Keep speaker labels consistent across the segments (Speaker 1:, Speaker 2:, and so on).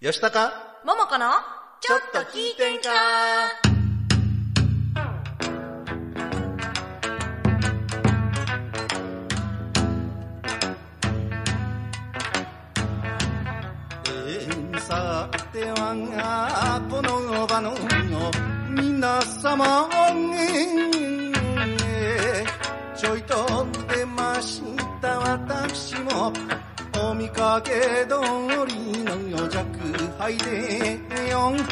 Speaker 1: よしたか
Speaker 2: ももこのちょっと聞いてんか
Speaker 1: えー、さてはこの場の皆様えーちょいと出ました私もお見かけ通りの弱敗でよんほ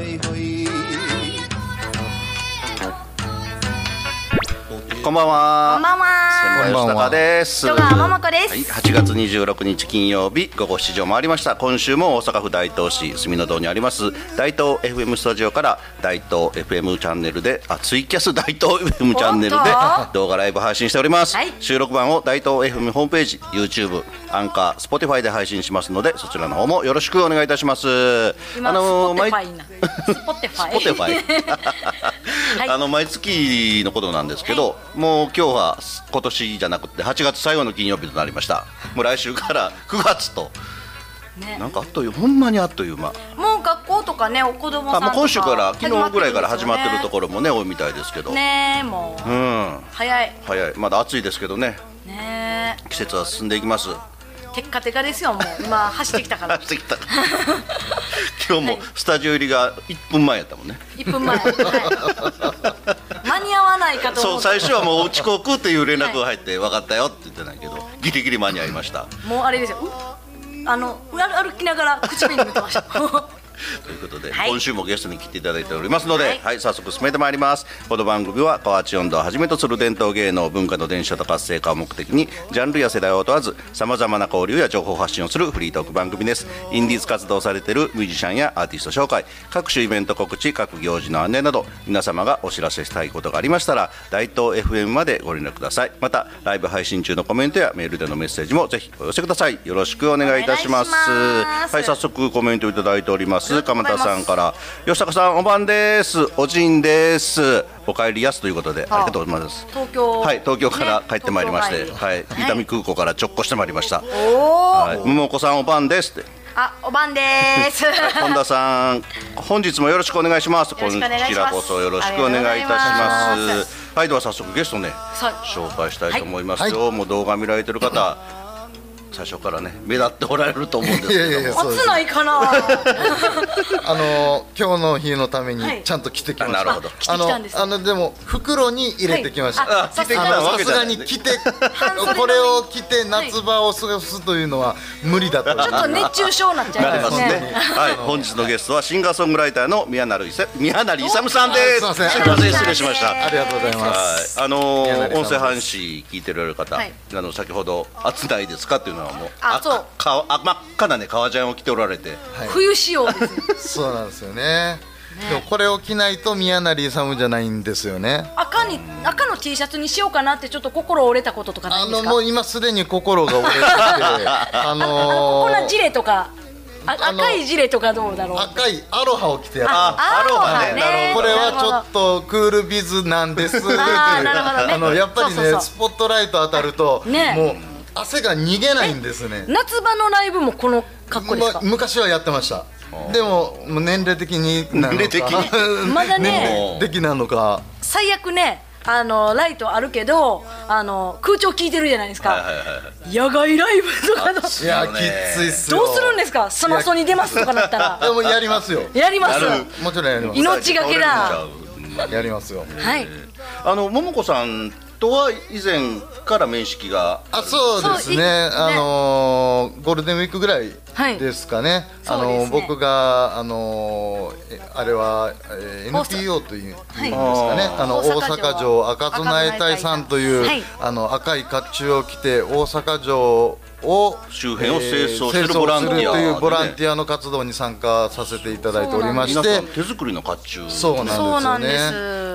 Speaker 1: いほい
Speaker 3: こんばん
Speaker 2: こん
Speaker 3: は。
Speaker 2: ばんは
Speaker 3: 先輩吉高です。
Speaker 2: 戸川桃子です
Speaker 3: はい、8月26日金曜日午後7時を回りました。今週も大阪府大東市住の堂にあります大東 FM スタジオから大東 FM チャンネルで、あツイキャス大東 FM チャンネルで
Speaker 2: 本
Speaker 3: 動画ライブ配信しております。
Speaker 2: はい
Speaker 3: 収録版を大東 FM ホームページ、YouTube、アンカー、Spotify で配信しますので、そちらの方もよろしくお願いいたします。
Speaker 2: 今
Speaker 3: あのー毎
Speaker 2: Spotify な Spotify
Speaker 3: ポテファイ
Speaker 2: はい
Speaker 3: あの毎月のことなんですけど、もう今日は今年じゃなくて8月最後の金曜日となりましたもう来週から9月と
Speaker 2: ね
Speaker 3: なんかあっというほんまにあっという間
Speaker 2: もう学校とかねお子供さん
Speaker 3: あ
Speaker 2: と
Speaker 3: もう
Speaker 2: か
Speaker 3: 今週から昨日ぐらいから始まってると
Speaker 2: ろ
Speaker 3: ころもね多いみたいですけど、
Speaker 2: ねえもう、
Speaker 3: うん
Speaker 2: 早い
Speaker 3: 早いまだ暑いですけどね
Speaker 2: ね
Speaker 3: 季節は進んでいきます
Speaker 2: えテッカテカですよもう今走ってきたから
Speaker 3: 走ってきた今日もスタジオ入りが1分前やったもんね
Speaker 2: 1分前、はい間に合わないかと
Speaker 3: そ
Speaker 2: 思
Speaker 3: う
Speaker 2: っ
Speaker 3: 最
Speaker 2: て
Speaker 3: 初はもう遅刻っていう連絡が入って分かったよって言ってないけどギリギリ間に合いました
Speaker 2: もうあれですようあのう歩歩きながら唇見てま した
Speaker 3: ということで、
Speaker 2: はい
Speaker 3: 今週もゲストに来ていただいておりますので、
Speaker 2: は
Speaker 3: はいい、早速進めてまいります。この番組は河内音頭をはじめとする伝統芸能文化の伝承と活性化を目的に、ジャンルや世代を問わず、さまざまな交流や情報発信をするフリートーク番組です。インディーズ活動をされているミュージシャンやアーティスト紹介、各種イベント告知、各行事の案内など、皆様がお知らせしたいことがありましたら、大東 FM までご連絡ください。また、ライブ配信中のコメントやメールでのメッセージもぜひお寄せください。よろしくお願いいたします。
Speaker 2: お願いします
Speaker 3: はい、早速コメントいただいております。
Speaker 2: ありがとうご
Speaker 3: 鎌
Speaker 2: ざいま
Speaker 3: 田
Speaker 2: す
Speaker 3: さんから吉高さんおばんですおじんですお帰りやすということでありがとうございます
Speaker 2: 東京
Speaker 3: はい東京から
Speaker 2: ね
Speaker 3: 帰ってまいりまして、
Speaker 2: 東京帰
Speaker 3: はい伊丹空港から直行してまいりました
Speaker 2: りおー
Speaker 3: はい桃子さんおばんですって
Speaker 2: あおばんでーす
Speaker 3: 本田 さん本日もよろしくお願いします
Speaker 2: ろしくお願いします
Speaker 3: こちらこそよろしくお願いいたし
Speaker 2: あ
Speaker 3: ま
Speaker 2: りがとうご
Speaker 3: す
Speaker 2: ざいま
Speaker 3: はいでは早速ゲストね
Speaker 2: そう
Speaker 3: 紹介したいと思いますよ、もう動画見られてる方最初からね目立っておられると思うんですけども
Speaker 4: いやいやいや
Speaker 2: 暑ないかな
Speaker 4: あのー今日の日のために
Speaker 2: はい
Speaker 4: ちゃんと着てきました。
Speaker 3: あなるほど
Speaker 2: 着て
Speaker 4: あ
Speaker 2: きたん
Speaker 4: の
Speaker 2: ですね
Speaker 4: あのでも袋に入れてきました。
Speaker 2: はいあ
Speaker 3: 着てきた
Speaker 4: あの
Speaker 3: わ
Speaker 4: さ
Speaker 3: け
Speaker 4: す
Speaker 3: じゃな
Speaker 4: がに
Speaker 3: い
Speaker 4: 着て
Speaker 2: 半袖の
Speaker 4: これを着て夏場を過ごすというのは無理だと。
Speaker 2: ちょっと熱中症になっちゃい
Speaker 3: なり
Speaker 2: ま
Speaker 3: ますす
Speaker 2: ね
Speaker 3: ね。はい、本日のゲストはシンガーソングライターの宮成いさ宮成勇さんです。
Speaker 4: あすいません
Speaker 3: すみません、失礼しました。
Speaker 4: ありがとうございま
Speaker 3: はい
Speaker 4: す。、
Speaker 3: あの
Speaker 4: 宮成
Speaker 3: ー、
Speaker 4: さん
Speaker 3: 音声配信聞いてられる方、
Speaker 2: はい
Speaker 3: あの先ほど暑ないですかっていうのはもう、
Speaker 2: あそう
Speaker 3: かあ真っ赤なね革ジャンを着ておられて、
Speaker 2: 冬仕様ですよ
Speaker 4: そうなんですよね。でもこれを着ないと宮成さむじゃないんですよね。
Speaker 2: 赤に赤の T シャツにしようかなってちょっと心折れたこととかな
Speaker 4: あ
Speaker 2: いんで
Speaker 4: の
Speaker 2: すか
Speaker 4: もう今すでに心が折 れてて、あの
Speaker 2: こん
Speaker 4: ー
Speaker 2: なジレとかあ
Speaker 4: あの
Speaker 2: 赤いジレとかどうだろう
Speaker 4: 赤いアロハを着てやった。
Speaker 3: あ
Speaker 2: アロハね
Speaker 3: アロハね
Speaker 4: これはちょっとクールビズなんです
Speaker 2: あーなるほどね
Speaker 4: あのやっぱりね
Speaker 2: そうそうそう
Speaker 4: スポットライト当たると、
Speaker 2: ね
Speaker 4: もう汗が逃げないんですね
Speaker 2: 夏場のライブもこの格好ですか
Speaker 4: ま昔はやってましたでももう年齢的になのか
Speaker 3: 年齢的 に
Speaker 2: まだ
Speaker 4: 年
Speaker 2: ね
Speaker 4: 齢的なのか
Speaker 2: 最悪ねあのライトあるけどあの空調効いてるじゃないですか、
Speaker 3: はいはいはい
Speaker 2: 野外ライブとかのどうす
Speaker 4: いや
Speaker 3: そう
Speaker 4: き
Speaker 3: ね
Speaker 4: ついっすよ
Speaker 2: るんですかスマソに出ますとかなった
Speaker 4: で
Speaker 2: ら
Speaker 4: もやりますよ
Speaker 2: やります
Speaker 3: やる
Speaker 4: もちろんやりま
Speaker 2: 命がけだ。
Speaker 4: すやりますよ
Speaker 2: はい
Speaker 3: あの桃子さんとは以前から面識が
Speaker 4: あそうです
Speaker 2: そういい
Speaker 4: ね、
Speaker 2: ね
Speaker 4: あのーゴールデンウィークぐらい
Speaker 2: はい
Speaker 4: ですかね、
Speaker 2: そう
Speaker 4: あのー
Speaker 2: ですね
Speaker 4: 僕が、あのーえあれは、えー
Speaker 2: 大阪
Speaker 4: NPO というんですか
Speaker 2: はい
Speaker 4: ね、
Speaker 3: あ
Speaker 4: あの
Speaker 2: 大
Speaker 4: 大
Speaker 2: 阪城
Speaker 4: 阪城赤備え隊さんという、
Speaker 2: はい
Speaker 4: あの赤い甲冑を着て大阪城を
Speaker 3: 周辺を清掃してる
Speaker 4: 清掃
Speaker 3: ボランティアでね
Speaker 4: というボランティアの活動に参加させていただいておりまし
Speaker 3: 皆
Speaker 4: て
Speaker 3: さん。手作りの甲冑
Speaker 4: そうなんですよね。
Speaker 2: そうなんです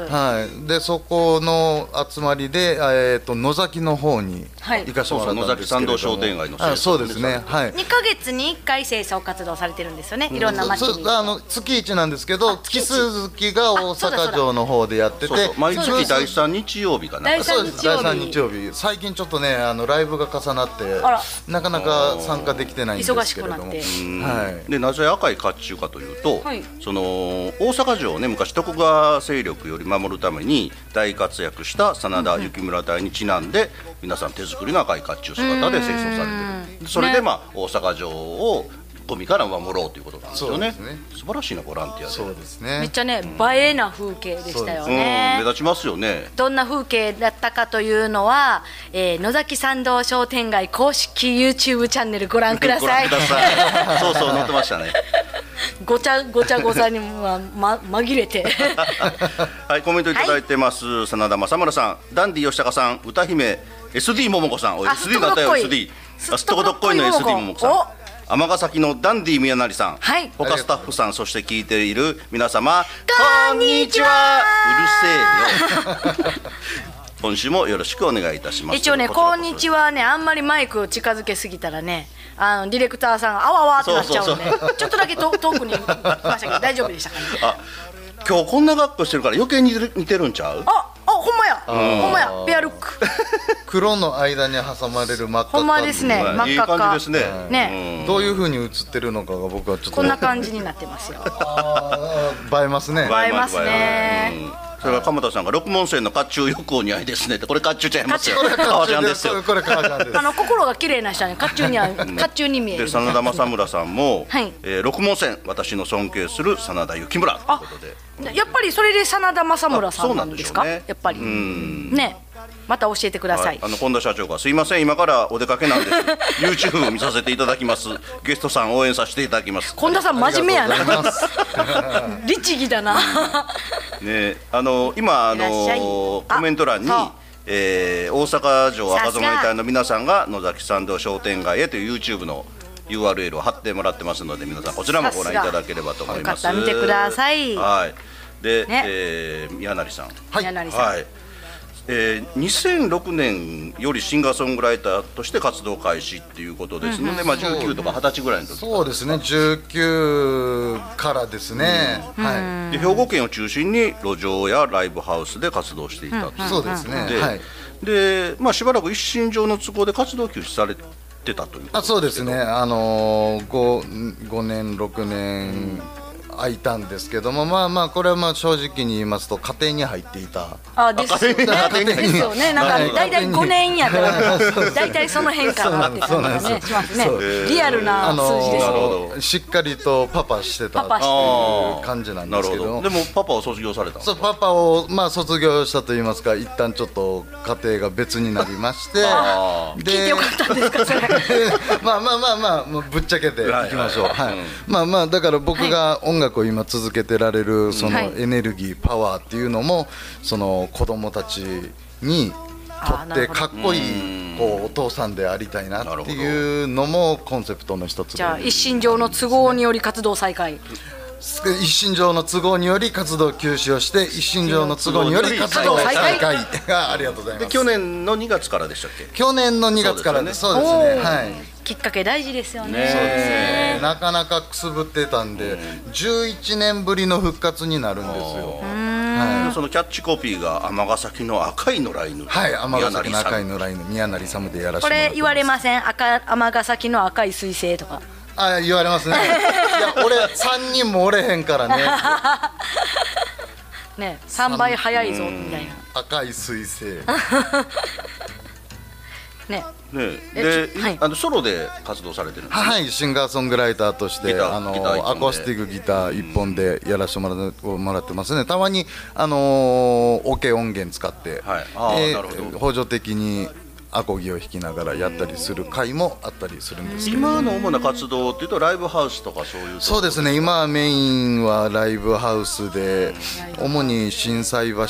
Speaker 4: はい。でそこの集まりで、えっ、と野崎の方に
Speaker 2: はい
Speaker 4: 行かせてもらったんですけれども、
Speaker 3: そうそう野崎参道商店街の清掃
Speaker 4: あそうですね。はい。
Speaker 2: 2ヶ月に1回清掃活動されてるんですよねいろんな街
Speaker 4: そ
Speaker 2: に
Speaker 4: うあの月一なんですけど、
Speaker 2: 月
Speaker 4: 木
Speaker 2: 一
Speaker 4: 鈴木が大
Speaker 2: そうだそうだ
Speaker 4: 阪城の方でやってて
Speaker 3: そうそう、毎
Speaker 2: そうで
Speaker 3: 月
Speaker 2: す
Speaker 3: 第三日曜日かな
Speaker 2: 第
Speaker 4: そうです第
Speaker 2: 三
Speaker 4: 三
Speaker 2: 日
Speaker 4: 日
Speaker 2: 曜
Speaker 4: 曜
Speaker 2: 日
Speaker 4: 日。最近ちょっとねあのライブが重なって
Speaker 2: あら
Speaker 5: なかなか参加できてないんです
Speaker 2: 忙し
Speaker 5: け
Speaker 2: く
Speaker 5: れ
Speaker 2: な
Speaker 5: ど
Speaker 2: っ
Speaker 5: も
Speaker 2: て。
Speaker 5: はい
Speaker 3: でなぜ赤い甲冑かというと、
Speaker 2: はい
Speaker 3: その大阪城をね昔徳川勢力より守るために大活躍した真田幸村隊にちなんで、皆さん手作りの赤い甲冑姿で清掃されてるそれで、
Speaker 2: ね
Speaker 3: まあ大阪城をゴミから守ろうということなんですよね
Speaker 5: そうですね
Speaker 3: 素晴らしいなボランティアで
Speaker 5: そうです
Speaker 2: め
Speaker 5: ね
Speaker 2: っちゃね映えな風景でしたよ
Speaker 3: うん、目
Speaker 2: ね。
Speaker 3: 立ちますよね
Speaker 2: どんな風景だったかというのは、えー野崎参道商店街公式 YouTube チャンネルご覧ください
Speaker 3: ご。覧くださいそうそう載ってましたね
Speaker 2: ごちゃごちゃござにも、ま、紛れ て。
Speaker 3: はい、コメントいただいてます。真田正村さん、ダンディ吉高さん、歌姫、SD 桃子さん、おい
Speaker 2: あ
Speaker 3: SD だったよ
Speaker 2: すっとこどっこい
Speaker 3: SD。あすっとこどっこいの
Speaker 2: すっと
Speaker 3: SD
Speaker 2: こどっこい
Speaker 3: 桃子さん
Speaker 2: お。
Speaker 3: 尼崎のダンディ宮成さん、
Speaker 2: はい
Speaker 3: 他スタッフさん、そして聞いている皆様、
Speaker 2: こんにちは
Speaker 3: うる せえよ。今週もよろしくお願いいたします。
Speaker 2: 一応ね、こんにち
Speaker 3: は。
Speaker 2: はね、あんまりマイクを近づけすぎたらね、あのディレクターさんがあわわってなっちゃうんで、
Speaker 3: そうそうそう
Speaker 2: ちょっとだけと遠くに行きましたけど、大丈夫でしたかね。
Speaker 3: あ、今日こんな格好してるから余計に似てる似てるんちゃう？
Speaker 2: あ、あ、ほんまや、ほんまや、ペアルック。
Speaker 5: 黒の間に挟まれる真っ赤っか
Speaker 2: ほんまですね
Speaker 3: はい
Speaker 2: 真っ赤っか
Speaker 3: いい感じですね。
Speaker 2: ね、
Speaker 5: どういう風に映ってるのかが僕はちょっと
Speaker 2: こんな感じになってますよ。
Speaker 5: あー映えますね
Speaker 2: 映えますね
Speaker 3: うん。それから鎌田さんが六門線の甲冑よくお似合いですねってこれ甲冑ちゃいますよ
Speaker 5: これ
Speaker 3: 革ジャンですよ
Speaker 5: これ革ジャンです
Speaker 2: あの心が綺麗な人はね、甲冑には、甲冑に見え
Speaker 3: で
Speaker 2: る。
Speaker 3: 真田正村さんも、
Speaker 2: はい
Speaker 3: えー六門線私の尊敬する真田幸村という
Speaker 2: あ
Speaker 3: ことで、
Speaker 2: やっぱりそれで真田正村さ
Speaker 3: あそうん
Speaker 2: な
Speaker 3: な
Speaker 2: んん
Speaker 3: で
Speaker 2: で
Speaker 3: しょ
Speaker 2: す
Speaker 3: うね
Speaker 2: か、やっぱり。ね、また教えてくださ
Speaker 3: はいい、。あの近田社長がすいません今からお出かけなんです YouTube を見させていただきますゲストさん応援させていただきます
Speaker 2: 近田さん、真面目やな
Speaker 5: ありがとうご。
Speaker 2: 律儀だな。
Speaker 3: ねあの今あ
Speaker 2: いらっしゃい
Speaker 3: の
Speaker 2: あ
Speaker 3: コメント欄に
Speaker 2: そう
Speaker 3: えー大阪城赤染め
Speaker 2: さす
Speaker 3: 隊
Speaker 2: が
Speaker 3: の皆さんが野崎参道商店街へという YouTube の URL を貼ってもらってますので皆さんこちらもご覧いただければと思います
Speaker 2: さすがよかった見てください
Speaker 3: はいで、
Speaker 2: ね
Speaker 3: えー宮成さん
Speaker 5: はい
Speaker 2: 柳さん
Speaker 3: はいえー2006年よりシンガーソングライターとして活動開始っていうことですので、まあ、19とか20歳ぐらいの時
Speaker 5: そうですね19からですね、は
Speaker 3: で兵庫県を中心に路上やライブハウスで活動していたと
Speaker 5: いそうですね、
Speaker 3: で,、
Speaker 5: はい
Speaker 3: でまあ、しばらく一身上の都合で活動休止されてたということ
Speaker 5: あそうですねあのー、5, 5年6年空いたんですけどもまあまあこれはまあ正直に言いますと家庭に入っていた
Speaker 2: あ、ですよね。
Speaker 3: 家庭に
Speaker 2: ですよね。なんか、だいたい五年やから、だいたいその辺かなって感じがね、しますね
Speaker 5: そう。
Speaker 2: リアルな
Speaker 5: あ
Speaker 2: 数字です
Speaker 3: なるほ
Speaker 2: ね。
Speaker 3: ど
Speaker 5: のー、しっかりとパパしてたって
Speaker 2: パパ
Speaker 5: い
Speaker 3: あー
Speaker 5: う感じなんですけど
Speaker 3: なるほでもパパを卒業されたの
Speaker 5: そうパパをまあ卒業したと言いますか一旦ちょっと家庭が別になりまして
Speaker 3: あ
Speaker 5: で
Speaker 2: 聞いてよかったですか、それ。
Speaker 5: まあまあまあまあもうぶっちゃけていきましょう、
Speaker 3: はいはい
Speaker 5: は
Speaker 3: はい
Speaker 5: い
Speaker 3: うん
Speaker 5: まあまあだから僕が音楽を今続けてられるその
Speaker 2: はい
Speaker 5: エネルギー、パワーっていうのもその子供たちにと
Speaker 2: あー
Speaker 5: っ
Speaker 2: なる
Speaker 5: て
Speaker 2: ほど
Speaker 5: かっこいいこうお父さんでありたいなっていうのもコンセプトの一つで
Speaker 2: じゃあ、一身上の都合により活動再開。
Speaker 5: 一身上の都合により活動休止をして一身上の都合により活動を再開 ありがとうござい
Speaker 3: で
Speaker 5: ま
Speaker 3: 去
Speaker 5: す
Speaker 3: 年の2月からでしたっけ
Speaker 5: 去年の2月からですそうですねはい
Speaker 2: きっかけ大事ですよ
Speaker 3: ねそうです
Speaker 2: ね。
Speaker 5: なかなかくすぶってたんで、11年ぶりの復活になるんですよ。は
Speaker 3: そのキャッチコピーが「尼崎の赤い野良犬」
Speaker 5: い、はい、天崎の赤い
Speaker 3: 野
Speaker 5: のラインの宮成さむでやらせ
Speaker 2: こ
Speaker 5: てもら
Speaker 2: れ
Speaker 5: ってます
Speaker 2: 言われません赤尼崎の赤い彗星とか
Speaker 5: あ、言われますね。いや、俺3人もおれへんからね。
Speaker 2: ね3倍早いぞみたいな
Speaker 5: 赤い彗星。
Speaker 2: ね
Speaker 3: ね
Speaker 2: え
Speaker 3: で、
Speaker 2: ちょはい
Speaker 3: あのソロで活動されてるんですか
Speaker 5: はい、シンガーソングライターとし
Speaker 3: ギ
Speaker 5: て、
Speaker 3: ター
Speaker 5: あの
Speaker 3: ギター一本で
Speaker 5: アコースティックギター一本でやらせてもらってもらってますね。たまにあのオ、ケ音源使って、
Speaker 3: はいあー
Speaker 5: で
Speaker 3: なるほど
Speaker 5: 補助的にアコギを弾きながらやったりする回もあったりするんですけど。
Speaker 3: 今の主な活動っていうとライブハウスとかそういう
Speaker 5: そうですね今はメインはライブハウスで主に震災橋
Speaker 3: ほう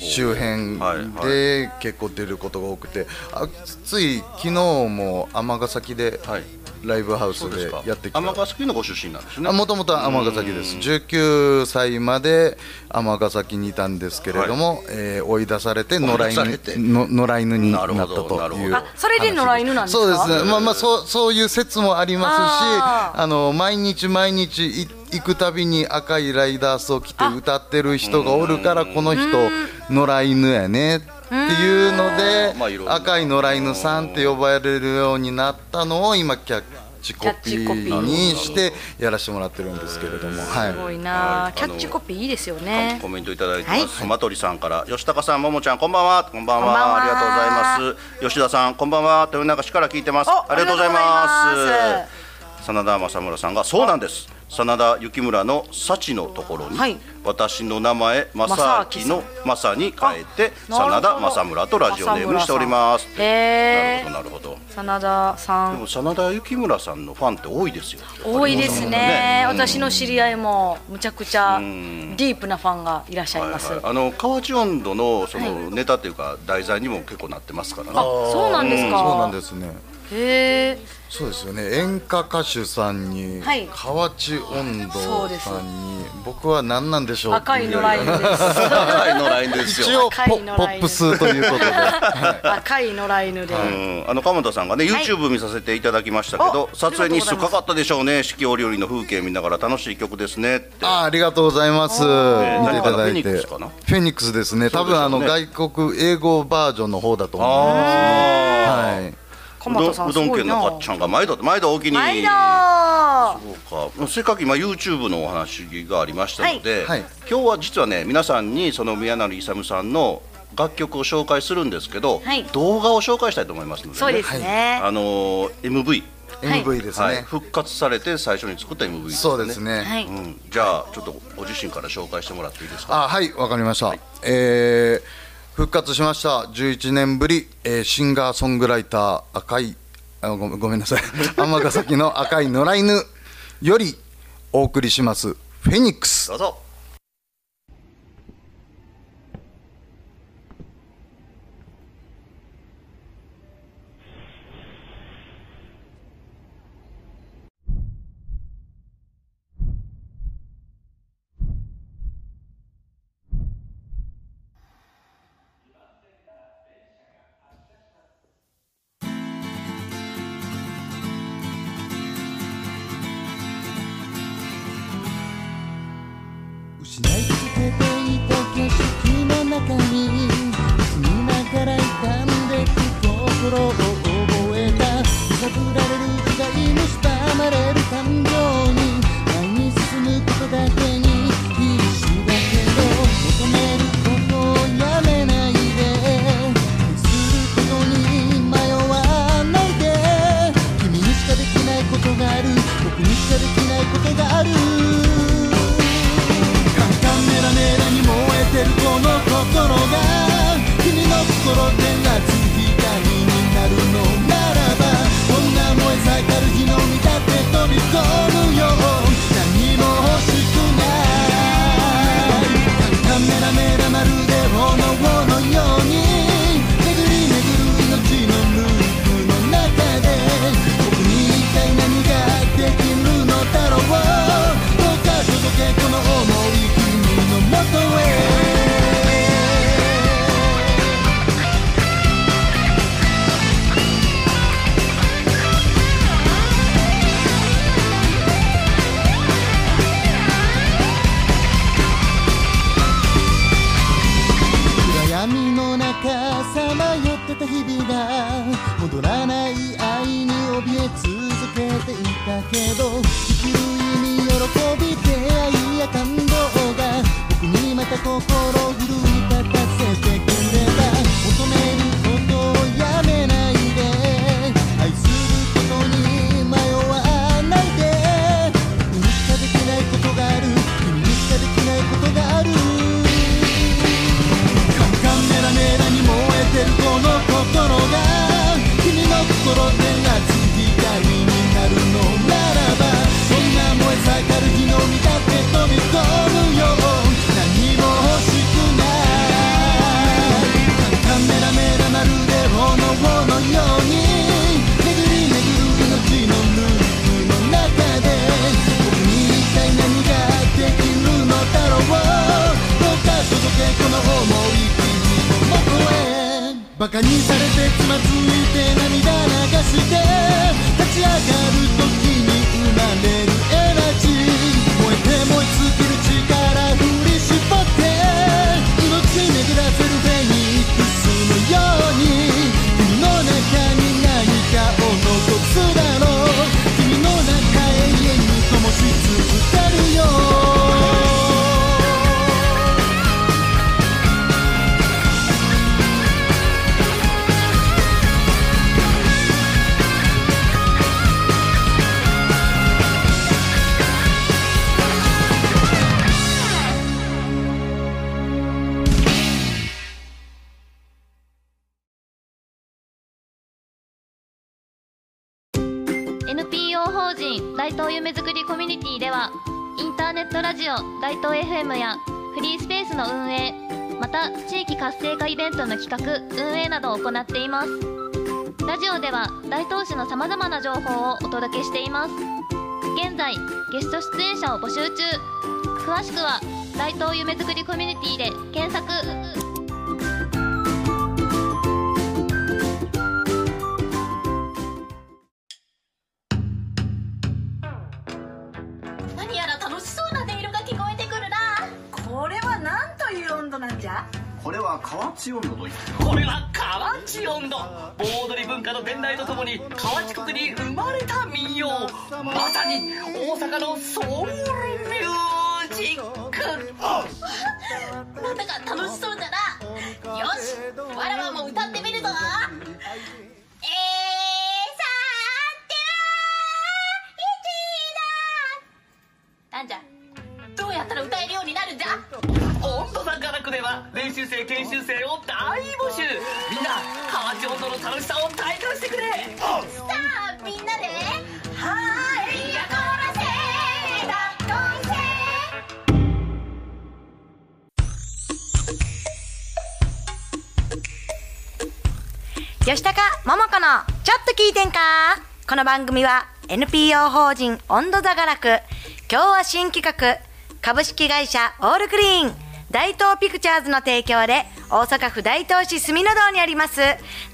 Speaker 5: 周辺
Speaker 3: はい
Speaker 5: で結構出ることが多くてあつい昨日も尼崎で
Speaker 3: はい
Speaker 5: ライブハウス
Speaker 3: そうです
Speaker 5: で
Speaker 3: か
Speaker 5: やってきた
Speaker 3: 尼崎のご出身なんですね
Speaker 5: もともとは尼崎です19歳まで尼崎にいたんですけれども、えー追い出されて野良
Speaker 3: 追い出されて
Speaker 5: 犬の野良犬になった
Speaker 3: なるほどなる
Speaker 5: と
Speaker 3: ほ
Speaker 5: いう
Speaker 3: ど
Speaker 2: あそれで野良犬なんですか
Speaker 5: そうですねまあまあそうそういう説もありますし
Speaker 2: あ
Speaker 5: あの毎日毎日い行くたびに赤いライダースを着て歌ってる人がおるからこの人野良犬やねってっていうので、
Speaker 3: まあいろいろ
Speaker 5: 赤い野良犬さんって呼ばれるようになったのを今キャッチコピーにしてやらせてもらってるんですけれども、はい
Speaker 2: す、ごいな、
Speaker 3: はい
Speaker 2: キャッチコピーいいですよ
Speaker 3: か
Speaker 2: ね
Speaker 3: コメントいただいてま
Speaker 2: はい
Speaker 3: す。ソマトリさんから吉高さん、ももちゃん、こんばんは。こんばんは。
Speaker 2: こんばんは
Speaker 3: ありがとうございます。吉田さん、こんばんは。豊中市から聞いてます。
Speaker 2: お
Speaker 3: ありがとうございま。
Speaker 2: ありがとうございます
Speaker 3: 真田正村さんがそうなんです。真田幸村の幸のところに、
Speaker 2: はい
Speaker 3: 私の名前正明の正に変えて
Speaker 2: あなるほど
Speaker 3: 真田正村とラジオネームにしております。
Speaker 2: へー
Speaker 3: なるほどなるほど。
Speaker 2: 真田さ
Speaker 3: で
Speaker 2: ん
Speaker 3: も真田幸村さんのファンって多いですよ。
Speaker 2: 多いですね
Speaker 3: うん
Speaker 2: 私の知り合いもむちゃくちゃディ
Speaker 3: ん
Speaker 2: ープなファンがいらっしゃいます、
Speaker 3: はいはいあの河内温度のそ
Speaker 2: は
Speaker 3: のネタというか題材にも結構なってますからね。
Speaker 2: あそうなんですか、
Speaker 5: そうなんですね
Speaker 2: すへえ
Speaker 5: そうですよね演歌歌手さんに、
Speaker 2: はい
Speaker 5: 河内音
Speaker 2: そう
Speaker 5: 頭
Speaker 2: です
Speaker 5: さんに僕は何なんでしょうって
Speaker 2: 赤い
Speaker 5: いう
Speaker 2: 野良犬です
Speaker 3: 赤いのラインです
Speaker 5: 一
Speaker 3: よ。
Speaker 5: 応ポ
Speaker 2: 赤い野良犬
Speaker 5: ポップスということで
Speaker 2: 赤い野良犬で、
Speaker 3: うん、あの鎌田さんがね、
Speaker 2: はい
Speaker 3: YouTube 見させていただきましたけど、
Speaker 2: お
Speaker 3: 撮影日数かかったでしょうね四季折々の風景見ながら楽しい曲ですねって
Speaker 5: あありがとうございます。見ていただ
Speaker 3: 何かのフェ
Speaker 5: いて。
Speaker 3: ニックスかな
Speaker 5: フェニックスですね。多分あ
Speaker 3: そ
Speaker 5: の
Speaker 3: うですよね
Speaker 5: 外国英語バージョンの方だと思います。
Speaker 3: あ
Speaker 5: はい。
Speaker 3: うど
Speaker 2: 鎌田さ
Speaker 3: ん
Speaker 2: ん
Speaker 3: う
Speaker 2: す
Speaker 3: どん
Speaker 2: ごい
Speaker 3: 県
Speaker 2: な
Speaker 3: のかっちゃんが毎度毎度お気に入
Speaker 2: 毎
Speaker 3: り
Speaker 2: 度
Speaker 3: そうかせっかく今 YouTube のお話がありましたので、
Speaker 5: はいはい
Speaker 3: 今日は実はね皆さんにその宮成勇さんの楽曲を紹介するんですけど、
Speaker 2: はい
Speaker 3: 動画を紹介したいと思いますので、ね、
Speaker 2: そうですね、
Speaker 3: あのー MV、
Speaker 2: はい
Speaker 5: MV ですね。
Speaker 3: はい、復活されて最初に作った MV ですね
Speaker 5: そうですね。
Speaker 2: はい
Speaker 3: うん、じゃあちょっとご自身から紹介してもらっていいですか
Speaker 5: あはいわかりました、えー復活しました11年ぶり、えーシンガーソングライター赤いあごめんごめんなさい 尼崎の赤い野良犬よりお送りしますフェニックス
Speaker 3: どうぞ
Speaker 6: 失いかけていた景色の中に見ながら傷んでく心を覚えた揺さぶられる時代にしたまれる感情に前に進むことだけに必死だけど求めることをやめないですることに迷わないで君にしかできないことがある僕にしかできないことがあるカンカンメラメラに燃えてるこの心が君の心で夏光になるのならばこんな燃え盛る日の見立て飛び込むよ何も欲しくないカンカンメラメラまるで炎のように巡り巡る命のループの中で僕に一体何ができるのだろうどうか届けこの想い君のもとへ暗闇の中さまよってた日々が戻らない愛に怯え続けていたけど生きる意味喜び出会いや感動が僕にまた心を奮い立たせてくれた求めることをやめないで愛することに迷わないで君にしかできないことがある君にしかできないことがあるカンカンメラメラに燃えてるこの心が君の心で夏光になるのならばそんな燃え盛る日の見立て飛び込むよ何も欲しくないカンカンメラメラまるで炎のように巡り巡る命のループの中で僕に一体何ができるのだろうどうか届けこの想い君の元へバカにされてつまずいて涙流して立ち上がる時に生まれるエナジー燃えて燃え尽きる力振り絞って命巡らせるフェニックスの
Speaker 7: 大東夢作りコミュニティではインターネットラジオ大東 FM やフリースペースの運営また地域活性化イベントの企画運営などを行っていますラジオでは大東市のさまざまな情報をお届けしています現在ゲスト出演者を募集中詳しくは大東夢作りコミュニティで検索
Speaker 8: 何やら楽しそうな音色が聞こえてくるなこれは何という温度なんじゃ
Speaker 4: これは河内温度といって
Speaker 9: これは河内音頭盆踊り文化の伝来とともに河内国に生まれた民謡まさに大阪のソウルミュージック
Speaker 8: なんだか楽しそうだなよしわらわも歌ってみるぞえー、さては、一だなんじゃどうやったら歌えるようになるんじゃ
Speaker 9: 音頭さんからくでは練習生研修生を大募集みんな河内音頭の楽しさを体感してくれ
Speaker 8: さあみんなで「はいやこらせだっこいせ」
Speaker 2: 吉高桃子のちょっと聞いてんかこの番組は NPO 法人温度座がらく今日は新企画株式会社オールグリーン大東ピクチャーズの提供で大阪府大東市住の堂にあります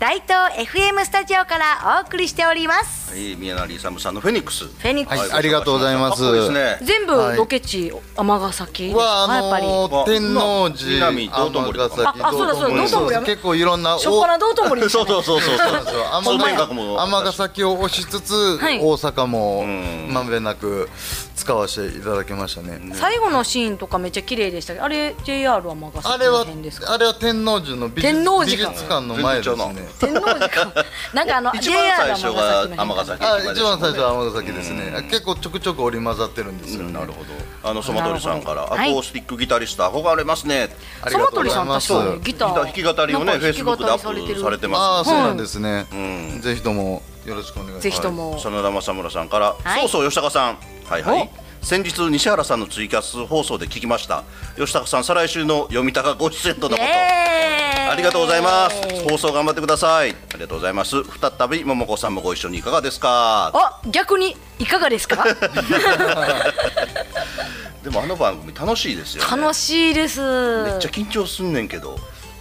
Speaker 2: 大東 FM スタジオからお送りしております
Speaker 3: はい、宮成勇さんのフェニックス。フ
Speaker 2: ェニックス
Speaker 3: い
Speaker 5: ありがとうございます
Speaker 3: かっこいいですね。
Speaker 2: 全部
Speaker 5: はい
Speaker 2: ロケ地尼崎です
Speaker 5: は
Speaker 2: かやっぱり
Speaker 5: あのー天王寺
Speaker 3: 南道頓堀とか
Speaker 2: ああそうだそうだ道頓堀やめ
Speaker 5: 結構いろんな
Speaker 2: しょっぱな道頓 堀でした
Speaker 3: そう
Speaker 2: ね
Speaker 3: そうそうそうそう。
Speaker 5: 天
Speaker 3: そうめん
Speaker 5: ヶ
Speaker 3: 学も
Speaker 5: 尼崎を推しつつ、
Speaker 2: はい
Speaker 5: 大阪も
Speaker 3: ん
Speaker 5: まんべんなく使わせていただきましたね。
Speaker 2: 最後のシーンとかめっちゃ綺麗でしたけどあれ JR は尼
Speaker 5: あ
Speaker 2: 崎
Speaker 5: れ
Speaker 2: の
Speaker 5: は
Speaker 2: 辺ですか
Speaker 5: あれは天王寺の美術
Speaker 2: 天王寺か
Speaker 5: 美術館の前です
Speaker 3: 全然
Speaker 5: ね。
Speaker 2: 天皇寺かなんかあの
Speaker 3: 一番
Speaker 2: JR
Speaker 3: 最
Speaker 2: が
Speaker 3: 初が
Speaker 2: 尼崎の辺
Speaker 3: 尼崎駅
Speaker 5: あ
Speaker 3: 前で
Speaker 5: 一
Speaker 3: しょ
Speaker 5: 番最初は尼崎ですね。結構ちょくちょく織り交ざってるんですよ、ね
Speaker 3: なるほど。あの、ソマトリさんから、アコ
Speaker 2: はい
Speaker 3: ースティックギタリスト憧れますね。
Speaker 5: あり
Speaker 2: そ
Speaker 5: が
Speaker 2: ば
Speaker 5: とう
Speaker 2: 鳥
Speaker 5: ござ
Speaker 2: さ
Speaker 5: い
Speaker 2: ん
Speaker 5: ます
Speaker 2: 確かにギター
Speaker 3: 弾き語りをね、
Speaker 2: なんか
Speaker 3: フェ
Speaker 2: 弾
Speaker 3: イス
Speaker 2: き
Speaker 3: ブ
Speaker 2: 語
Speaker 3: ックでア
Speaker 2: りされ
Speaker 3: ッ
Speaker 2: て
Speaker 3: プ
Speaker 2: る
Speaker 3: されて
Speaker 5: ああ
Speaker 3: ま
Speaker 5: そうなんですね、ぜひともよろしくお願いします。
Speaker 2: ぜひとも、
Speaker 3: す。真田正村さんから、
Speaker 2: はい
Speaker 3: そうそう、吉高さん。はいはい。先日西原さんのツイキャス放送で聞きました吉高さん再来週の読み高ご出演とのこと、ありがとうございます放送頑張ってくださいありがとうございます再び桃子さんもご一緒にいかがですか
Speaker 2: あ逆にいかが ですか
Speaker 3: でもあの番組楽しいですよね
Speaker 2: 楽しいです
Speaker 3: めっちゃ緊張すんねんけど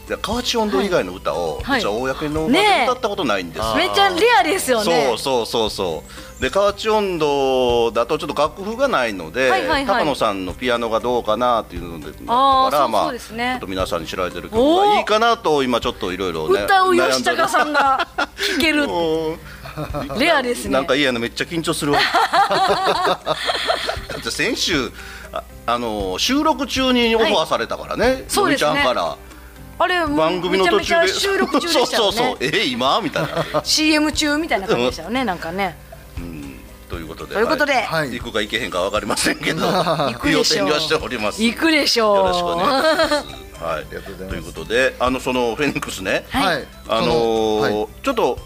Speaker 3: いや河内音頭以外の歌を
Speaker 2: はい
Speaker 3: 実は公の場
Speaker 2: ね
Speaker 3: で
Speaker 2: え
Speaker 3: 歌ったことないんですよ、
Speaker 2: めっちゃレアですよね
Speaker 3: そうそうそうそうで河内音頭だとちょっと楽譜がないので、
Speaker 2: はいはいはい
Speaker 3: 高野さんのピアノがどうかなっていうのでだ
Speaker 2: あー
Speaker 3: から
Speaker 2: そう
Speaker 3: ま
Speaker 2: そ
Speaker 3: あ
Speaker 2: うですね
Speaker 3: ちょっと皆さんに知られてる曲がいいかなと今ちょっといろいろね
Speaker 2: 歌を吉
Speaker 3: 悩んで
Speaker 2: 高
Speaker 3: る
Speaker 2: さんが聴ける
Speaker 3: うん
Speaker 2: レアですね
Speaker 3: なんかいいやのめっちゃ緊張す るわ。だって先週ああの収録中にオファーされたからね、
Speaker 2: そうですね
Speaker 3: のりちゃんから
Speaker 2: あれ
Speaker 3: 番組の途
Speaker 2: めちゃめ
Speaker 3: 中で
Speaker 2: ちゃ収録中でしたよね
Speaker 3: そうそうそうえ今みたいな、
Speaker 2: CM 中みたいな感じでしたよねなんかね
Speaker 3: うん、ということで
Speaker 2: ということで、
Speaker 5: は
Speaker 3: はい
Speaker 5: い
Speaker 3: 行くか行けへんかわかりませんけど
Speaker 2: 行くでしょう
Speaker 3: 予定にはしております
Speaker 2: 行くでしょう
Speaker 3: よろしくお願いしますはい
Speaker 5: りがとうございます
Speaker 3: ということであのそのフェニックスね、
Speaker 2: はい
Speaker 5: はい
Speaker 3: あのー
Speaker 5: はい
Speaker 3: ちょっと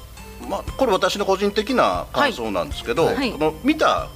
Speaker 3: まあこれ私の個人的な感想なんですけど、
Speaker 2: はいはい
Speaker 3: この見た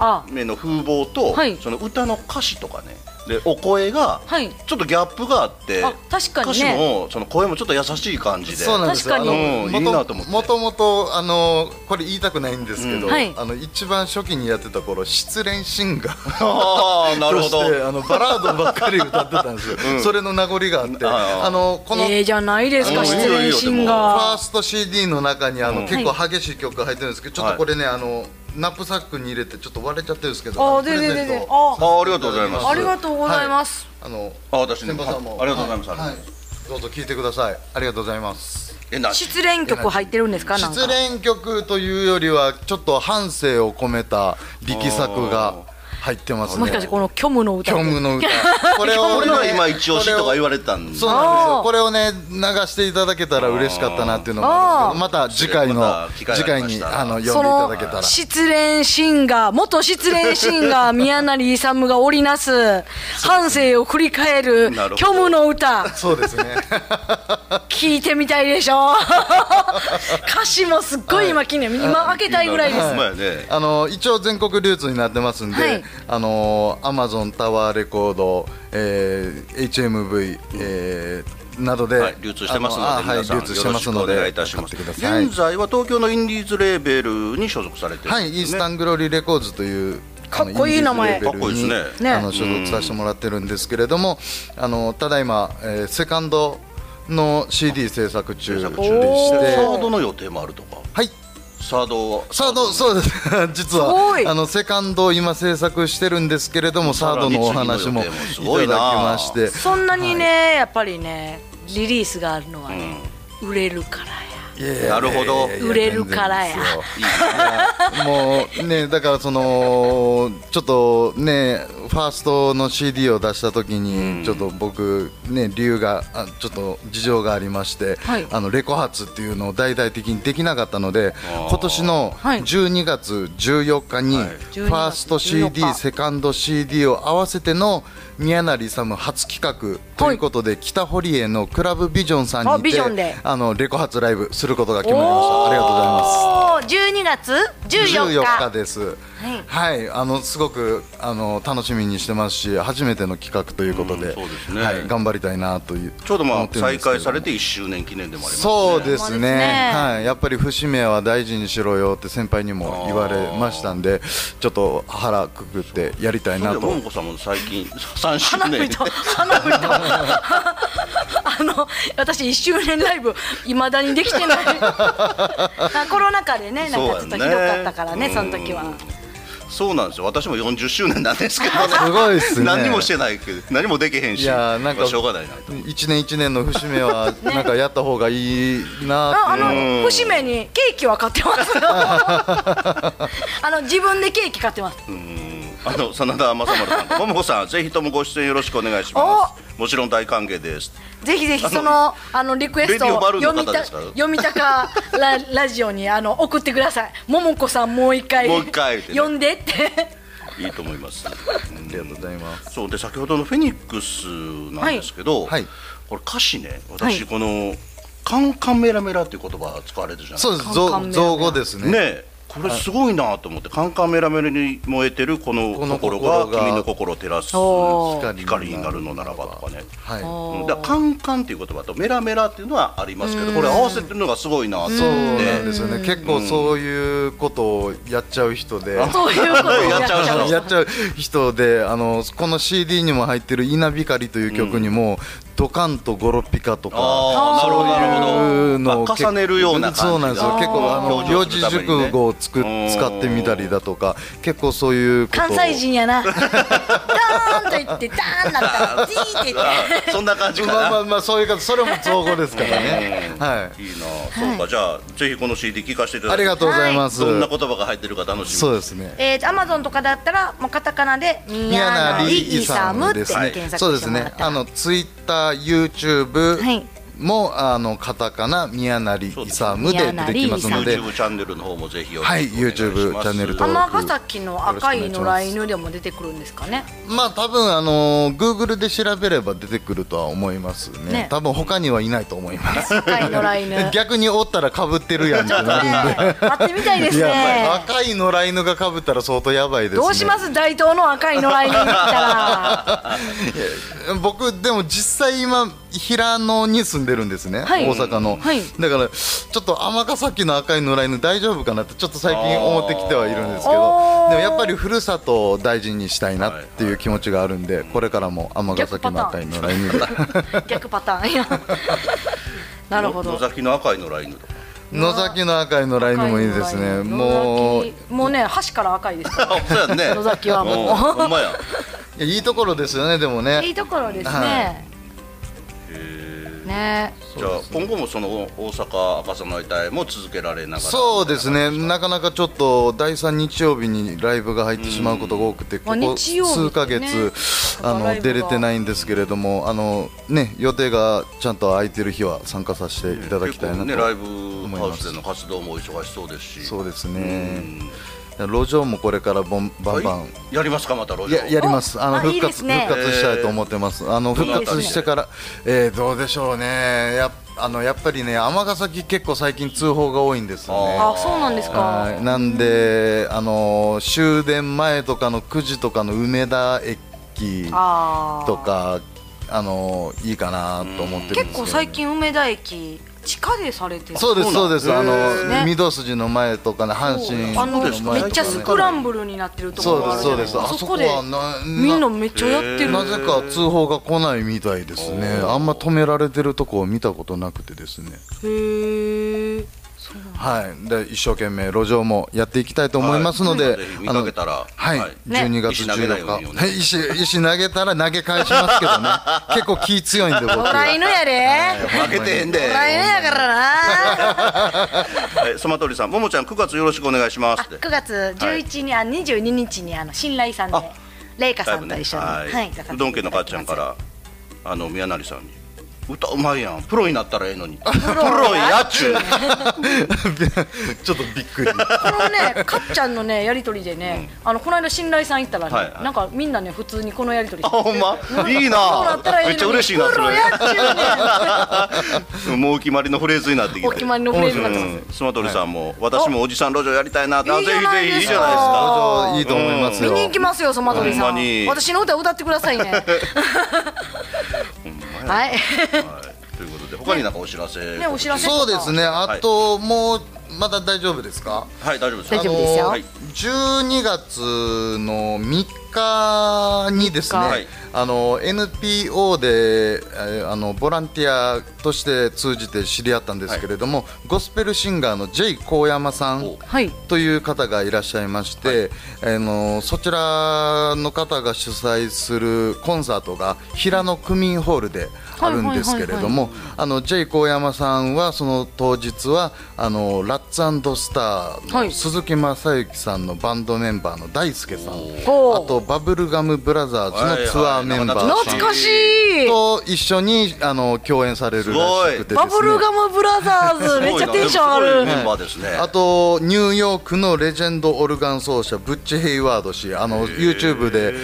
Speaker 2: あ
Speaker 3: 目の風貌と、
Speaker 2: はい
Speaker 3: その歌の歌詞とかねでお声が
Speaker 2: はい
Speaker 3: ちょっとギャップがあって、
Speaker 2: あ確かにね
Speaker 3: 歌詞もその声もちょっと優しい感じで
Speaker 5: そうなんですよ
Speaker 2: 確かに
Speaker 5: あの
Speaker 3: うん
Speaker 5: も
Speaker 3: いいなと思って
Speaker 5: もともとあのこれ言いたくないんですけど、
Speaker 3: うん
Speaker 2: はい
Speaker 5: あの一番初期にやってた頃失恋シンガー
Speaker 3: あーなる
Speaker 5: と
Speaker 3: ほ
Speaker 5: し
Speaker 3: ど
Speaker 5: てあのバラードばっかり歌ってたんですよ、それの名残があって
Speaker 3: あー
Speaker 5: あのこの
Speaker 2: ええじゃないです
Speaker 3: う
Speaker 2: か
Speaker 3: ん
Speaker 2: 失恋シン
Speaker 5: フ
Speaker 2: ガ
Speaker 5: ァー
Speaker 2: ー
Speaker 5: スト CD の中にあの、
Speaker 3: うん
Speaker 5: 結構激しい曲が入ってるんですけどちょっとこれね、あのナップサックに入れてちょっと割れちゃってるんですけど
Speaker 2: あ
Speaker 5: の
Speaker 2: ーででで
Speaker 5: プレゼ
Speaker 2: で
Speaker 5: ントを
Speaker 2: あ
Speaker 3: あありがとうございます
Speaker 2: ありがとうございます、
Speaker 5: あの
Speaker 3: あ私ね
Speaker 5: 先輩さんも
Speaker 3: あありがとうございます
Speaker 5: は
Speaker 3: あ
Speaker 5: は
Speaker 3: りがとうございま
Speaker 5: どうぞ聞いてくださいありがとうございます
Speaker 3: えな
Speaker 2: 失恋曲入ってるんですかなんか
Speaker 5: 失恋曲というよりはちょっと半生を込めた力作が入ってますね
Speaker 2: もしかしてこの虚無の歌
Speaker 5: 虚無 の歌これ
Speaker 3: これが
Speaker 5: ね
Speaker 3: 今一押しとか言わ
Speaker 5: これを
Speaker 3: れてたんで
Speaker 5: そうなんです
Speaker 2: あ
Speaker 5: よ
Speaker 2: ー
Speaker 5: これをね流していただけたら嬉しかったなっていうのもあるんですけどまた次回の
Speaker 3: また機会
Speaker 5: 次
Speaker 3: があり
Speaker 5: 回
Speaker 3: まし
Speaker 5: に
Speaker 3: たら
Speaker 5: あの呼んでい
Speaker 2: そ
Speaker 5: た
Speaker 2: の
Speaker 5: だけたら
Speaker 2: 失恋シンガー元失恋シンガー宮成勇が織りなす半生を振り返る
Speaker 3: なるほど
Speaker 2: 虚無の歌
Speaker 5: そうですね
Speaker 2: 聞いてみたいでしょ 歌詞もすっごい今気になる今開けたいぐらいです、
Speaker 3: ほんまやね
Speaker 5: あの一応全国流通になってますんで、
Speaker 2: はい
Speaker 5: あのアマゾンタワーレコード、えー HMV、えーなどで、
Speaker 3: はい、流通してますので
Speaker 5: あ、はい、
Speaker 3: 皆さん
Speaker 5: 流
Speaker 3: よ
Speaker 5: 通してま
Speaker 3: ろしく
Speaker 5: す
Speaker 3: お
Speaker 5: ので
Speaker 3: 願いいたします。
Speaker 5: 買ってください
Speaker 3: 現在は東京のインディーズレーベルに所属されてるん
Speaker 5: はい、イ
Speaker 3: で
Speaker 5: ー
Speaker 3: す
Speaker 5: ス
Speaker 3: ね
Speaker 5: タングロリーレコーズという
Speaker 2: かっこいい名前
Speaker 5: あのインディーズレーベル
Speaker 3: かっこいい
Speaker 5: に
Speaker 3: です
Speaker 2: ね
Speaker 5: あの所属させてもらってるんですけれども、あのただいま、えーセカンドの CD 制作中で
Speaker 3: 制
Speaker 5: し
Speaker 3: 作
Speaker 5: て
Speaker 3: 中でしてサード
Speaker 5: は
Speaker 3: の予定もあるとか
Speaker 5: い
Speaker 3: サードは
Speaker 5: サードそうです 実
Speaker 2: すご
Speaker 5: はいあのセカンドを今制作してるんですけれどもサードのお話も
Speaker 3: さらに次の予
Speaker 5: いただき
Speaker 3: 定もすごいな
Speaker 5: まして
Speaker 2: そんなにね、やっぱりねリリースがあるのはね、売れるからや
Speaker 5: いやいやいや
Speaker 3: なるほど
Speaker 5: いやいや
Speaker 2: 売れるからや
Speaker 5: 全然ですよいやもうねだからそのちょっとねファーストの CD を出した時にちょっと僕ね理由があちょっと事情がありまして、
Speaker 2: はい
Speaker 5: あのレコ発っていうのを大々的にできなかったので今年の
Speaker 2: はい
Speaker 5: 12月14日にファースト CD
Speaker 2: 14日
Speaker 5: セカンド CD を合わせての宮成勇初企画ということで、北堀江のクラブビジョンさんにて
Speaker 2: あビジョンで
Speaker 5: あのレコ発ライブすることが決まりました。ありがとうございます。
Speaker 2: おー12月14
Speaker 5: 14
Speaker 2: 日
Speaker 5: 日です。
Speaker 2: はい
Speaker 5: はい、あのすごくあの楽しみにしてますし、初めての企画ということ
Speaker 3: うん
Speaker 5: で、
Speaker 3: そうですね
Speaker 5: はい、頑張りたいなという。
Speaker 3: ちょうどま
Speaker 5: 思
Speaker 3: あ
Speaker 5: ってるん
Speaker 3: 再
Speaker 5: ですけど
Speaker 3: 開されて1周年記念でもありますね
Speaker 5: そうですす
Speaker 2: そうです
Speaker 5: ね
Speaker 2: ね
Speaker 5: はい、やっぱり節目は大事にしろよって先輩にも言われましたんでちょっと腹くくってやりたいな
Speaker 3: もん
Speaker 5: と
Speaker 3: こさんも最近3周
Speaker 2: 花
Speaker 3: 年
Speaker 2: 吹いた花吹いた あの私1周年ライブいまだにできてない あコロナ禍でねなんかちょっとひどかったからね
Speaker 3: そう
Speaker 2: そ
Speaker 3: や
Speaker 2: の
Speaker 3: ね
Speaker 2: 時は
Speaker 3: そうなんですよ私も40周年なんですけどね
Speaker 5: すごいっすね
Speaker 3: 何にもしてないけど何もできへんし
Speaker 5: いやーなんか
Speaker 3: まあしょうがないなと
Speaker 5: 一年一年の節目はなんかやった方がいい
Speaker 2: ああ
Speaker 5: な
Speaker 2: の節目にケーキは買ってますよ あの自分でケーキ買ってます
Speaker 3: あの真田正丸さん とももこさんぜひともご出演よろしくお願いしますもちろん大歓迎です
Speaker 2: ぜひぜひ
Speaker 3: あの
Speaker 2: そのあのリクエスト
Speaker 3: レディオ
Speaker 2: を
Speaker 3: バルーンの
Speaker 2: 読
Speaker 3: 方
Speaker 2: みた
Speaker 3: ですから
Speaker 2: 読みたか ララジオにあの送ってください。ももこさんもう一回
Speaker 3: もう一回ってね
Speaker 2: 読んでって。
Speaker 3: いいと思います
Speaker 5: ありがとうございます
Speaker 3: そうで先ほどの「フェニックス」なんですけど、
Speaker 5: はいはい
Speaker 3: これ歌詞ね
Speaker 2: は
Speaker 3: 私
Speaker 2: い
Speaker 3: この「カンカンメラメラ」っていう言葉使われてるじゃない
Speaker 5: そう
Speaker 3: で
Speaker 5: です
Speaker 2: カンカン
Speaker 5: 造
Speaker 2: メラメラ
Speaker 5: 造語です
Speaker 3: すかねえこれすごいなと思って「カンカンメラメラ」に燃えてるこの
Speaker 5: この
Speaker 3: 心
Speaker 5: 心
Speaker 3: が
Speaker 5: が
Speaker 3: 君の心を照らす
Speaker 2: お
Speaker 5: ー
Speaker 3: 光になるのならばとかね
Speaker 5: はい
Speaker 3: うんだからカンカンっていう言葉とメラメラっていうのはありますけどこれ合わせてるのがすごいなと思っ
Speaker 5: そうなん
Speaker 3: て
Speaker 5: ですよね、結構そういうことをやっちゃう人で、
Speaker 2: そういうことをやっちゃう
Speaker 3: やっち
Speaker 2: 人
Speaker 3: ゃう人
Speaker 5: やっちゃう人で、あのこの CD にも入ってる「稲光」という曲にも、ドカンとゴロピカとか。
Speaker 3: ああなるほどなるほ
Speaker 5: そう
Speaker 3: ど
Speaker 5: いうのを
Speaker 3: あ重ねるような感じだ
Speaker 5: そうなんですよ結構あの
Speaker 3: 表情
Speaker 5: 四
Speaker 3: する
Speaker 5: 字
Speaker 3: ためにね
Speaker 5: 熟語をつく使ってみたりだとか結構そういうことを
Speaker 2: 関西人やな。ダーンと言ってダーンだったらジーって言っ
Speaker 3: あそんな感じかな
Speaker 5: まあまあまあそういうことそれも造語ですからねはい
Speaker 3: いいなあ、そうか、じゃあ、ぜひこの CD 聞かせていただ
Speaker 5: あ
Speaker 3: いて。
Speaker 5: りがとうございます、
Speaker 3: どんな言葉が入ってるか楽しみ。
Speaker 5: そうですね
Speaker 2: て。えーアマゾンとかだったらもうカタカナで宮
Speaker 5: 宮成
Speaker 2: 成イサム
Speaker 5: 勇
Speaker 2: って
Speaker 5: ですね。
Speaker 2: 検
Speaker 5: そ
Speaker 2: 索
Speaker 5: うで
Speaker 2: して
Speaker 5: す
Speaker 2: もら
Speaker 5: ね
Speaker 2: っ。た
Speaker 5: あ
Speaker 2: ら。
Speaker 5: のツイッター、YouTube
Speaker 2: はい
Speaker 5: も、あのカタカナ宮成イサムで出てきますので、
Speaker 3: YouTube チャンネルの方もぜひよろしくお
Speaker 5: は
Speaker 3: 願
Speaker 5: い
Speaker 3: いします。
Speaker 5: YouTube チャンネル登録
Speaker 2: 尼崎の赤い野良犬でも出てくるんですかね。
Speaker 5: まあ多分あの Google で調べれば出てくるとは思いますね。
Speaker 2: ね
Speaker 5: 多分他にはいないと思 います。
Speaker 2: 赤い野良犬。 ね
Speaker 5: 逆におったら被ってるやんってなるんで。
Speaker 2: 会ってみたい です
Speaker 5: いや
Speaker 2: ね。
Speaker 5: 赤い野良犬が被ったら相当やばいです、ね。
Speaker 2: どうします大東の赤い野良犬来たら。
Speaker 5: 僕でも実際今平野に住んでるんですね、
Speaker 2: はい
Speaker 5: 大阪の、
Speaker 2: はい
Speaker 5: だからちょっと尼崎の赤い野良犬大丈夫かなってちょっと最近思ってきてはいるんですけど
Speaker 2: あー
Speaker 5: でもやっぱりふるさとを大事にしたいなっていう気持ちがあるんでこれからも尼崎の赤い野良犬で
Speaker 2: 逆パターンいやなるほ
Speaker 3: 野
Speaker 2: ど
Speaker 3: 崎の赤いのラインとか。
Speaker 5: 野崎の赤い野良犬もいいですねもう
Speaker 2: 野崎もうね箸から赤いですから
Speaker 3: あ、 そうやんね。
Speaker 2: 野崎はもうん
Speaker 3: ほんまや。
Speaker 5: いやいいところですよねでも
Speaker 2: いい
Speaker 5: ね
Speaker 2: ところですね、
Speaker 5: は
Speaker 2: ね
Speaker 3: じゃあ、今後もその大阪赤さの遺体も続けられながら。
Speaker 5: そうですねなかなかちょっと第3日曜日にライブが入ってしまうことが多くて、こ
Speaker 2: まあ
Speaker 5: こ
Speaker 2: 日曜日ってね
Speaker 5: 数ヶ月あ
Speaker 2: またライ
Speaker 5: の
Speaker 2: ブが
Speaker 5: 出れてないんですけれどもあの、ね、予定がちゃんと空いてる日は参加させていただきたいなと、
Speaker 3: 結構ね、ライブハウスでの活動もお忙しそうですし。
Speaker 5: そうですね、
Speaker 3: うん
Speaker 5: 路上もこれからボンバンバン、
Speaker 3: はいやりますかまた路上
Speaker 5: いややります。あの
Speaker 2: あい
Speaker 5: 復
Speaker 2: いで
Speaker 5: 活
Speaker 2: すね
Speaker 5: 復活したいと思ってます。あの
Speaker 3: ど
Speaker 5: 復
Speaker 3: なたで
Speaker 5: 活してから、えーどうでしょうね。やっあのやっぱりね尼崎結構最近通報が多いんですよね。
Speaker 2: あそうなんですか
Speaker 5: はいなんであの終電前とかの9時とかの梅田駅
Speaker 2: あー
Speaker 5: とかあのいいかなと思ってるんですけど、
Speaker 2: 結構最近梅田駅地下でされてる
Speaker 5: そうですそうですあ
Speaker 2: ね
Speaker 5: の御堂筋の前とかね阪神
Speaker 2: あの
Speaker 5: の前とかね
Speaker 2: めっちゃスクランブルになってるとこ
Speaker 5: そう
Speaker 2: ろ
Speaker 5: で
Speaker 2: があるじ
Speaker 5: すそ
Speaker 2: ゃ
Speaker 5: う
Speaker 2: ない
Speaker 5: で
Speaker 2: ですす
Speaker 5: あ
Speaker 2: か
Speaker 5: そ
Speaker 2: そ
Speaker 5: こ
Speaker 2: こで
Speaker 5: はな
Speaker 2: みんなめっちゃやってる
Speaker 5: なぜか通報が来ないみたいですねあんま止められてるとこを見たことなくてですね
Speaker 2: へえ
Speaker 5: はいで一生懸命路上もやっていきたいと思いますので、
Speaker 3: はい見
Speaker 5: あ
Speaker 3: か
Speaker 5: の
Speaker 3: けたら
Speaker 5: はい、
Speaker 3: はい
Speaker 2: ね
Speaker 5: 12月
Speaker 3: 石投げないようにお
Speaker 5: 14
Speaker 3: 願
Speaker 5: 日
Speaker 3: い
Speaker 5: 石石投げたら投げ返しますけど ね結構気強いんで僕
Speaker 2: 野良犬やで
Speaker 3: 負けてへんで、
Speaker 2: 野良犬やから な
Speaker 3: はい、そまとりさんももちゃん9月よろしくお願いしま
Speaker 2: あ
Speaker 3: すって
Speaker 2: 9月11にあ22日にあの新来さんで
Speaker 3: あ
Speaker 2: レイカ
Speaker 3: だ
Speaker 2: さ
Speaker 3: いぶ
Speaker 2: ん
Speaker 3: ね
Speaker 2: と一緒に
Speaker 3: はい
Speaker 2: はい出させて
Speaker 3: う
Speaker 2: いただきます
Speaker 3: どん家のかっちゃんからあの宮成さんに歌うまいやんプロになったらええのにプロやっちゅう
Speaker 5: ちょっとびっくり
Speaker 2: このね、かっちゃんのね、やりとりでね、あのこの間信頼さん行ったらね、
Speaker 3: はいはい
Speaker 2: なんかみんなね、普通にこのやりとりし
Speaker 3: あ
Speaker 2: てた。
Speaker 3: ほんまいいなめっちゃ嬉しいなそ
Speaker 2: プロやっちゅう ね
Speaker 3: れ もうお決まりのフレーズになってきて
Speaker 2: お決まりのフレーズになってます
Speaker 3: うんスマトリさんも私もおじさん路上やりたいなってあ
Speaker 2: いい
Speaker 3: ぜ
Speaker 2: じゃ
Speaker 3: ひ
Speaker 2: ない
Speaker 3: ぜひい
Speaker 2: で
Speaker 3: い
Speaker 2: すか
Speaker 3: じゃないですか
Speaker 5: 路上いいと思います
Speaker 2: 見
Speaker 5: よ、
Speaker 2: に行きますよ、そまとりさ
Speaker 3: ほんま
Speaker 2: ん。
Speaker 3: に
Speaker 2: 私の歌歌ってください ね。はい。
Speaker 3: はいということで他になんかお知らせ
Speaker 2: ね、お知らせとか。
Speaker 5: そうですねあと、もうまだ大丈夫ですか
Speaker 3: はい大丈夫です
Speaker 2: 大丈夫ですよ
Speaker 3: はい
Speaker 5: 12月の3日にですね、
Speaker 2: 三日
Speaker 3: はい
Speaker 5: あの NPO でえーあのボランティアとして通じて知り合ったんですけれども、ゴスペルシンガーの J 高山さん
Speaker 3: お
Speaker 2: はい。
Speaker 5: という方がいらっしゃいまして、あのそちらの方が主催するコンサートが平野区民ホールであるんですけれども、あの J 高山さんはその当日はあのラッツスター
Speaker 2: は
Speaker 5: の
Speaker 2: い
Speaker 5: 鈴木雅之さんのバンドメンバーの大輔さん、
Speaker 2: ほう
Speaker 5: あとバブルガムブラザーズのツアーメンバ
Speaker 3: はいはい
Speaker 5: ーさ
Speaker 2: 懐
Speaker 5: ん
Speaker 2: かしい。
Speaker 5: と一緒にあの共演されるらしくてですね。
Speaker 2: バブルガムブラザーズ、めっちゃテンションあ
Speaker 3: すごい
Speaker 2: る。
Speaker 3: なメンバーですね
Speaker 5: あとニューヨークのレジェンドオルガン奏者ブッチ・ヘイワード氏あの YouTube で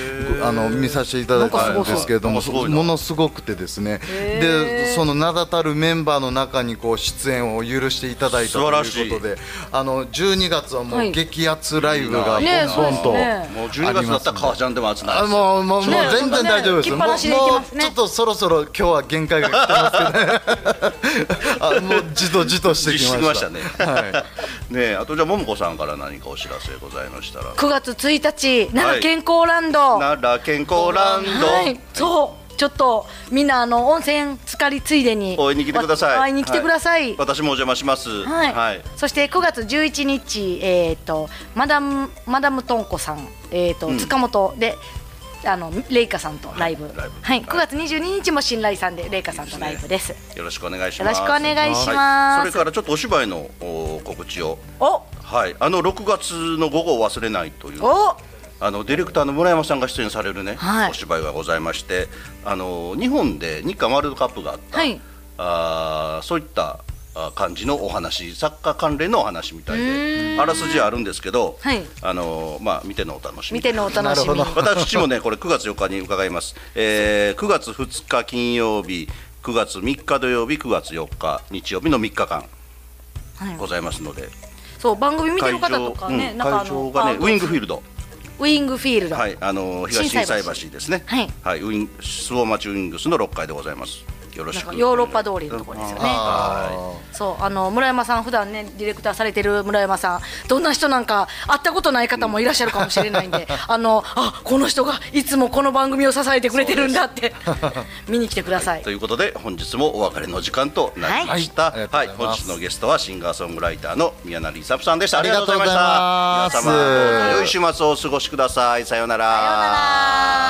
Speaker 5: あの見させていただいたんですけれど
Speaker 3: な
Speaker 5: も
Speaker 3: んかすごいな
Speaker 5: ものすごくてですねでその名だたるメンバーの中にこう出演を許していただいたと
Speaker 3: 素晴らしい
Speaker 5: いうことであの12月はも
Speaker 2: はいう
Speaker 5: 激アツライブがポ
Speaker 2: いいな
Speaker 5: ンポンと。
Speaker 2: ねえそうですね
Speaker 3: もう12月だったら川ちゃんでも暑ない
Speaker 5: あもうもうもう
Speaker 2: ね
Speaker 5: 全然大丈夫です。
Speaker 2: ちょっとね切っぱなしでいけますね
Speaker 5: もうもうちょっとそろそろ今日は限界が来てますけど ね。あもうじとじとしてき
Speaker 3: 実施
Speaker 5: まし
Speaker 3: した
Speaker 5: た。
Speaker 3: ね。
Speaker 5: は い。
Speaker 3: ねえ、あとじゃあももこさんから何かお知らせございましたら。
Speaker 2: 9月1日、
Speaker 3: は
Speaker 2: 奈
Speaker 3: い
Speaker 2: 良健康ランド。
Speaker 3: 奈良健康ランド。
Speaker 2: はい、そう、ちょっとみんなあの温泉浸かりついでに
Speaker 3: 応援に来てください。
Speaker 2: わ会いに来てください。
Speaker 3: 私もお邪魔します。
Speaker 2: はい、そして9月11日、えっ、と、マダム、マダムトンコさん、えっ、と、
Speaker 3: うん
Speaker 2: 塚本で。あの、レイカさんとライブ。
Speaker 3: は
Speaker 2: はいい、
Speaker 3: ライブ
Speaker 2: 9月22日も新来さんで、レイカさんとライブです。
Speaker 3: よろしくお願いし
Speaker 2: よ
Speaker 3: ま
Speaker 2: ろ
Speaker 3: す。
Speaker 2: しくお願いし
Speaker 3: は
Speaker 2: ま
Speaker 3: それ
Speaker 2: す。
Speaker 3: からちょっとお芝居のお告知を。
Speaker 2: お、
Speaker 3: はい、あの6月の午後を忘れないという。
Speaker 2: お、
Speaker 3: あのディレクターの村山さんが出演されるね、
Speaker 2: はい
Speaker 3: お芝居がございましてあの日本で日韓ワールドカップがあった、
Speaker 2: はい
Speaker 3: あーそういったあー感じのお話サッカー関連のお話みたいであらすじはあるんですけど、
Speaker 2: はい
Speaker 3: あのまあ、見てのお楽しみ
Speaker 2: 見てのお楽しみ。
Speaker 5: なるほ
Speaker 3: 私もねこれ9月4日に伺います、えー9月2日金曜日9月3日土曜日9月4日日曜日の3日間
Speaker 2: はい
Speaker 3: ございますので、
Speaker 2: そう、番組見てる方と
Speaker 3: 場
Speaker 2: かね、
Speaker 3: うん
Speaker 2: なんかあ
Speaker 3: 会
Speaker 2: の
Speaker 3: 場、がね
Speaker 2: あ
Speaker 3: ウイングフィールド
Speaker 2: ウイングフィールド。
Speaker 3: はい、あの
Speaker 2: 心
Speaker 3: 東心
Speaker 2: 斎
Speaker 3: 斎
Speaker 2: 橋
Speaker 3: 橋ですね。
Speaker 2: はい
Speaker 3: ウィン、スウォーマチウィングスの6階でございます。よろし
Speaker 2: なんか
Speaker 3: く。
Speaker 2: ヨーロッパ通りのところですよね。そうあの村山さん普段ねディレクターされてる村山さんどんな人なんか会ったことない方もいらっしゃるかもしれないんであのあこの人がいつもこの番組を支えてくれてるんだって見に来てください。
Speaker 3: ということで本日もお別れの時間となりました。
Speaker 5: はい
Speaker 3: は、
Speaker 5: はいい
Speaker 3: 本日のゲストはシンガーソングライターの宮成勇さんでした。あ
Speaker 5: あ
Speaker 3: り
Speaker 5: り
Speaker 3: がと
Speaker 5: が
Speaker 3: うご
Speaker 5: とう
Speaker 3: ざい
Speaker 5: ござい
Speaker 3: ま
Speaker 5: ま
Speaker 3: し
Speaker 5: す
Speaker 3: た。皆様どうぞ良い週末をお過ごしください。さようなら。